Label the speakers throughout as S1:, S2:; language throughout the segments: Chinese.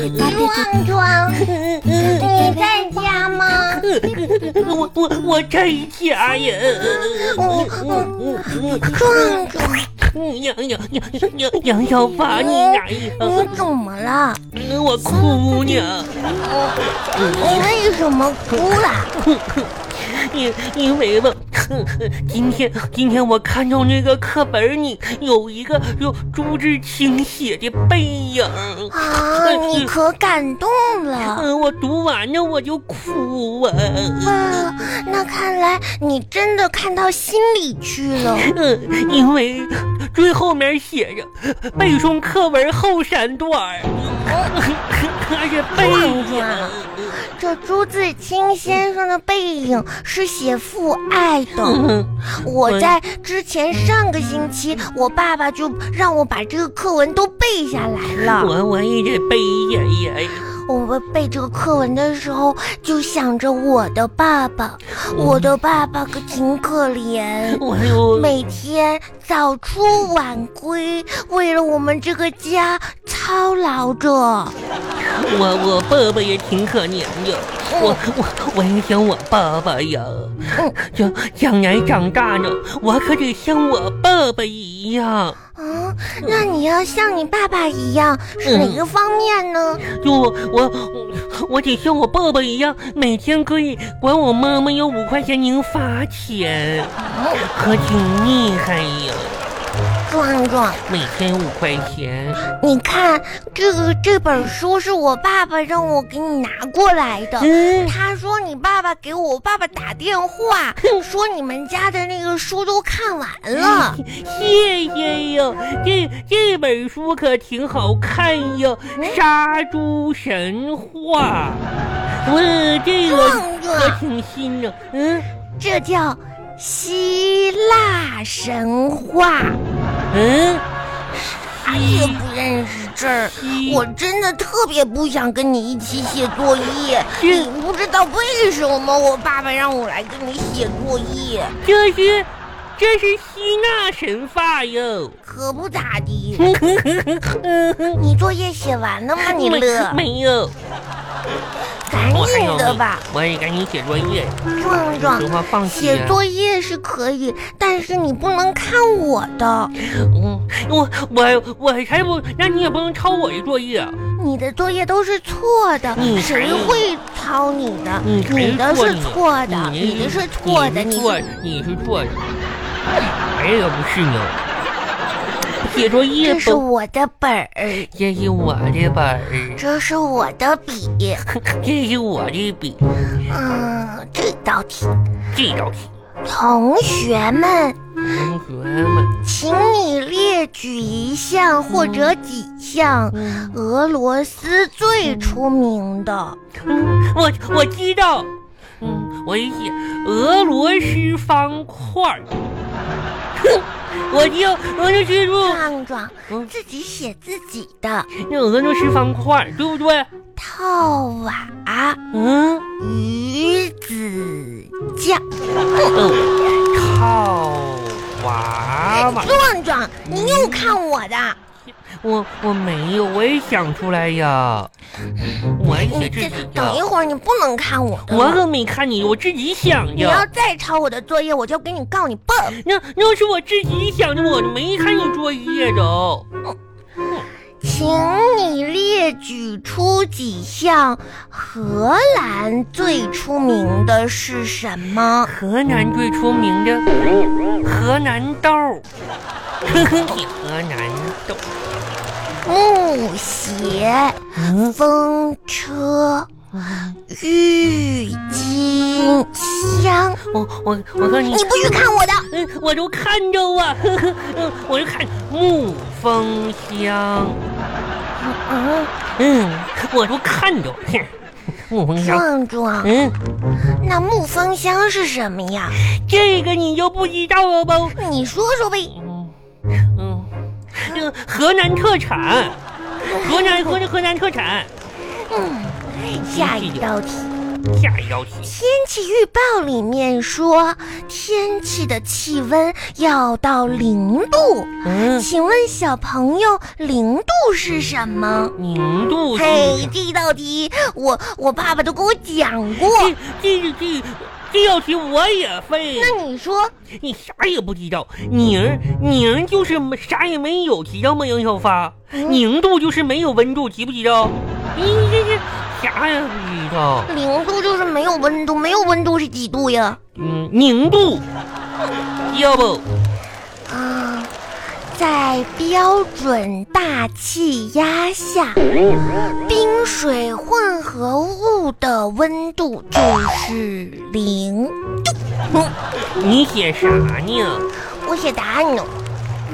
S1: 撞撞，你在家吗？
S2: 我我我在家呀！
S1: 壮壮，
S2: 杨杨杨杨杨小八，你来呀！
S1: 你怎么了？
S2: 我哭呢，
S1: 你为什么哭了？
S2: 因因为吧，今天今天我看到那个课本里有一个有朱自清写的背影，
S1: 啊，你可感动了。
S2: 嗯，我读完了我就哭啊。
S1: 哇，那看来你真的看到心里去了。
S2: 嗯，因为最后面写着背诵课文后三段儿，而且背
S1: 呀
S2: 呀，
S1: 这朱自清先生的背影是写父爱的。
S2: 嗯
S1: 我在之前上个星期，我爸爸就让我把这个课文都背下来了。
S2: 我我也得背呀呀，
S1: 我们背这个课文的时候，就想着我的爸爸，我的爸爸可挺可怜。
S2: 我又
S1: 每天早出晚归，为了我们这个家操劳着。啊
S2: 我我爸爸也挺可怜的，我我我也想我爸爸呀，将将来长大了，我可得像我爸爸一样。
S1: 啊，那你要像你爸爸一样，是哪
S2: 嗯
S1: 个方面呢？
S2: 就我我我得像我爸爸一样，每天可以管我妈妈要五块钱零花钱，可挺厉害呀！
S1: 壮壮，
S2: 每天五块钱，
S1: 你看这个这本书是我爸爸让我给你拿过来的。
S2: 嗯，
S1: 他说你爸爸给我爸爸打电话，说你们家的那个书都看完了。
S2: 谢谢呀！这这本书可挺好看呀，《杀猪神话》。我这个
S1: 壮
S2: 可
S1: 壮，
S2: 挺新的，嗯
S1: 这叫希腊神话，
S2: 嗯，
S1: 也不认识字儿。
S2: 西
S1: 我真的特别不想跟你一起写作业，
S2: 是
S1: 你不知道为什么我爸爸让我来跟你写作业，
S2: 这是这是希腊神话哟。
S1: 可不咋地。你作业写完了吗？你
S2: 没
S1: 乐，
S2: 没有，
S1: 赶
S2: 我还
S1: 紧
S2: 有
S1: 的吧，，
S2: 我也赶紧写作业。
S1: 壮壮
S2: 说。话放
S1: 写
S2: 学，
S1: 作业是可以，但是你不能看我的，
S2: 嗯，我我我才不，那你也不能抄我的作业。
S1: 你的作业都是错的，
S2: 你
S1: 谁会抄你的？
S2: 你
S1: 你的是错的，你的是错的，
S2: 你
S1: 你
S2: 是错
S1: 是
S2: 你是错的，哎呀，不是呢。写作业
S1: 这是
S2: 不，
S1: 我的本儿。
S2: 这是我的本儿，
S1: 这是我的笔，
S2: 这是我的笔，
S1: 嗯，这道题，
S2: 这道题，
S1: 同学们，
S2: 同学们，
S1: 请你列举一项或者几项
S2: 嗯
S1: 俄罗斯最出名的。
S2: 嗯，我我知道，嗯，我一写俄罗斯方块儿，哼，我就我就记住
S1: 壮壮
S2: 嗯
S1: 自己写自己的
S2: 那俄罗斯方块儿，对不对？
S1: 套娃
S2: 嗯，
S1: 鱼子酱。
S2: 嗯，套娃娃，
S1: 哎壮壮，你又看我的，
S2: 我我没有，我也想出来呀，我也
S1: 你
S2: 写自
S1: 这
S2: 己
S1: 等一
S2: 的，
S1: 会儿你不能看我的
S2: 嗯我
S1: 了。
S2: 可没看你，我自己想
S1: 你要
S2: 的，
S1: 再抄我的作业，我就给你告你笨。
S2: 那那是我自己想的，我没看你作业的。
S1: 请你列举出几项荷兰最出名的是什么？
S2: 河南最出名的河南豆儿， 河南豆儿，
S1: 木鞋、
S2: 嗯
S1: 风车、郁金香。
S2: 我我我告诉你
S1: 你，不许看我的！
S2: 嗯，我都看着啊， 呵呵，嗯我就看沐风香，
S1: 嗯，
S2: 嗯，我都看着， 哼沐风香，
S1: 壮壮，
S2: 嗯，
S1: 那木风箱是什么呀？
S2: 这个你就不知道了吧？
S1: 你说说呗。
S2: 嗯嗯，这个河南特产，河南河南河南特产，
S1: 嗯，下一道题，
S2: 下一道题，
S1: 天气预报里面说，天气的气温要到零度。
S2: 嗯，
S1: 请问小朋友，零度是什么？
S2: 零度
S1: 嘿这
S2: 题，，
S1: 道题我我爸爸都给我讲过。
S2: 这这这这道题我也会。
S1: 那你说，
S2: 你啥也不知道，宁宁就是啥也没有，知道吗？杨小发，
S1: 嗯
S2: 宁度就是没有温度，知不知道？你这是啥也不知道。
S1: 零度就是没有温度，没有温度是几度呀？
S2: 嗯，宁度，要不
S1: 啊，在标准大气压下，冰水混合物的温度就是零。
S2: 你写啥呢？
S1: 嗯我写答案呢，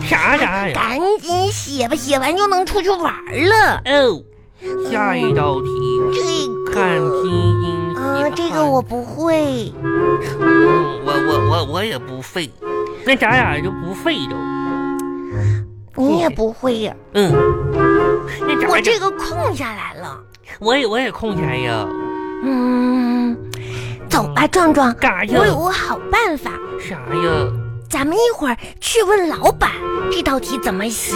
S2: 啥答案？
S1: 赶紧写吧，写完就能出去玩了。
S2: 哦，下一道题，
S1: 这
S2: 看
S1: 个
S2: 拼音。
S1: 啊，这个我，不会。
S2: 嗯我我我我也不会，那咱俩就不会都。
S1: 你也不会呀、
S2: 嗯，那咱
S1: 我
S2: 俩
S1: 这个空下来了。
S2: 我也我也空闲呀，
S1: 嗯，走吧，壮壮，
S2: 干啥
S1: 我有
S2: 呀？
S1: 个好办法，
S2: 啥呀？
S1: 咱们一会儿去问老板这道题怎么写。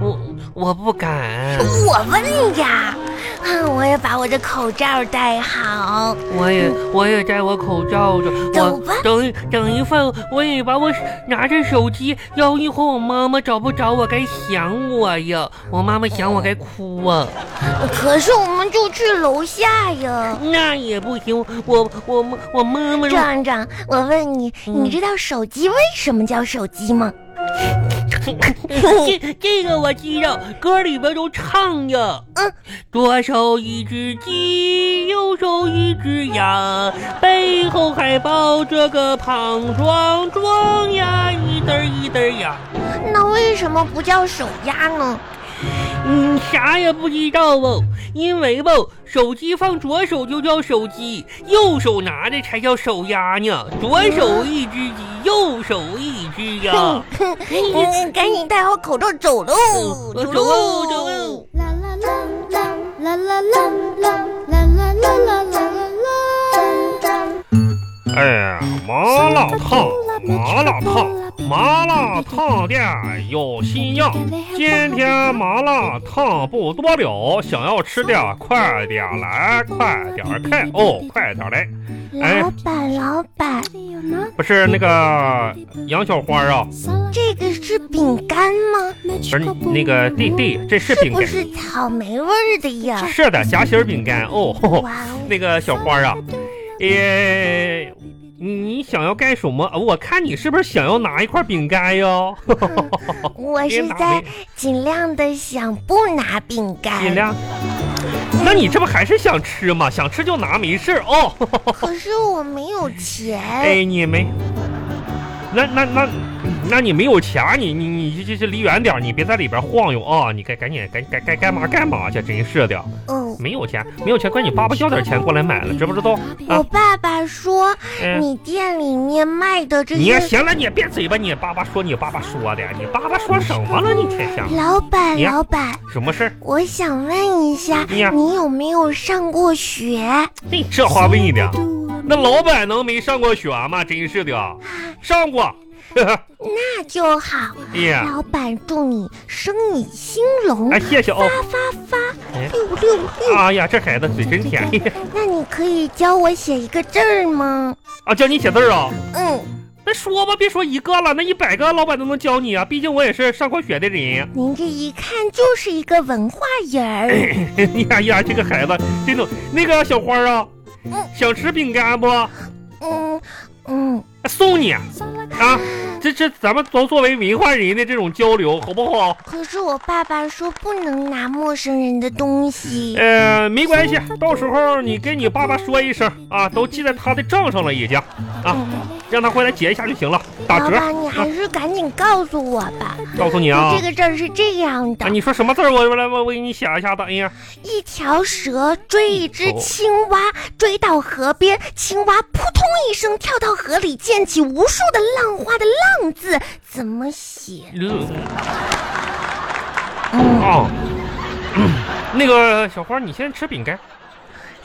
S2: 我我不敢，
S1: 我问呀，啊，我也把我的口罩戴好。
S2: 我也我也摘我口罩着，
S1: 走吧
S2: 我等一等一份，我也把我手拿着手机，要一会儿我妈妈找不着我该想我呀，我妈妈想我该哭啊，
S1: 可是我们就去楼下呀。
S2: 那也不行，我我妈我妈妈让
S1: 壮壮，我问你，
S2: 嗯
S1: 你知道手机为什么叫手机吗？
S2: 这这个我知道，歌里边都唱呀。
S1: 嗯
S2: 左手一只鸡，右手一只羊，背后还抱着个胖壮壮呀，一嘚儿一嘚儿呀。
S1: 那为什么不叫手压呢？
S2: 嗯，啥也不知道哦，因为吧，手机放左手就叫手机，右手拿着才叫手鸭呢。左手一只鸡，右手一只鸭。
S1: 嗯，赶紧戴好口罩走喽，
S2: 嗯走喽走哦喽。
S3: 啦啦啦啦啦啦啦啦啦啦啦啦啦啦。
S4: 哎呀，麻辣烫，麻辣烫，麻辣烫店有新样。今天麻辣烫不多了，想要吃的快点来，快点看哦，快点来！哎
S1: 老板，老板，
S3: 哎
S4: 不是那个杨小花啊，
S1: 这个是饼干吗？
S3: 不
S4: 不是那个弟弟，这是饼
S1: 不
S4: 干，
S1: 是草莓味儿的呀。
S4: 是的，夹心饼干哦。吼吼
S1: 哇哦，
S4: 那个小花啊，呃，你想要干什么？我看你是不是想要拿一块饼干哟？
S1: 我
S4: 别
S1: 是
S4: 拿
S1: 在
S4: 没
S1: 尽量的想不拿饼干，
S4: 尽量。那你这不还是想吃吗？想吃就拿，没事儿哦。
S1: 可是我没有钱。
S4: 哎，你没，那那那，那你没有钱，你你你就就离远点儿，你别在里边晃悠啊、你该赶紧该该该干嘛干嘛去，真是的，
S1: 嗯，
S4: 没有钱，没有钱，管你爸爸要点钱过来买了，知不知道？
S1: 我
S4: 啊，
S1: 爸爸说
S4: 嗯、
S1: 你店里面卖的这
S4: 你也
S1: 些，
S4: 行了，你也别嘴巴，你爸爸说你爸爸说的，你爸爸说什么了？你这下
S1: 老板，
S4: 你哎呀
S1: 老板，
S4: 什么事儿？
S1: 我想问一下，
S4: 你呀
S1: 你有没有上过学？
S4: 这哎这话问的，那老板能没上过学吗？真是的，上过。
S1: 那就好。
S4: 哎呀。
S1: 老板，祝你生意兴隆，
S4: 哎，谢谢哦。
S1: 发发发
S4: 哎，
S1: 六六六。
S4: 哎呀，这孩子嘴真甜。
S1: 那你可以教我写一个字儿吗？
S4: 啊，教你写字儿啊？
S1: 嗯，
S4: 那说吧，别说一个了，那一百个老板都能教你啊。毕竟我也是上过学的人。
S1: 您这一看就是一个文化人儿。
S4: 哎呀呀，这个孩子真的。那个小花啊
S1: 嗯，
S4: 想吃饼干不？
S1: 嗯嗯。
S4: 送你啊。这这，咱们都作为文化人的这种交流，好不好？
S1: 可是我爸爸说不能拿陌生人的东西。
S4: 呃，没关系，到时候你跟你爸爸说一声啊，都记在他的账上了已经啊，让他回来结一下就行了，打
S1: 老
S4: 折。啊
S1: 板，你还是赶紧告诉我吧。
S4: 告诉你啊
S1: 就，这个字儿是这样的
S4: 啊，：你说什么字儿？我我来，我我给你写一下子。哎呀，
S1: 一条蛇追一只青蛙，追到河边，青蛙扑通一声跳到河里，溅起无数的浪花的“浪”字，怎么写？
S4: 嗯
S1: 嗯，
S4: 啊、嗯那个小花，你先吃饼干。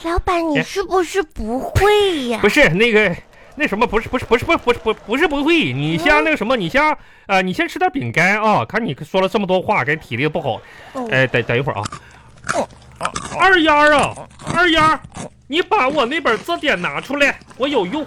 S1: 老板，你
S4: 哎
S1: 是不是不会呀、
S4: 不是那个那什么，不是不是不是不是不是不是不是不会，你先那个什么，你先啊、呃你先吃点饼干啊。看你说了这么多话，给体力不好。
S1: 哦
S4: 哎，等等一会儿啊。二丫啊，二丫，你把我那本字典拿出来，我有用。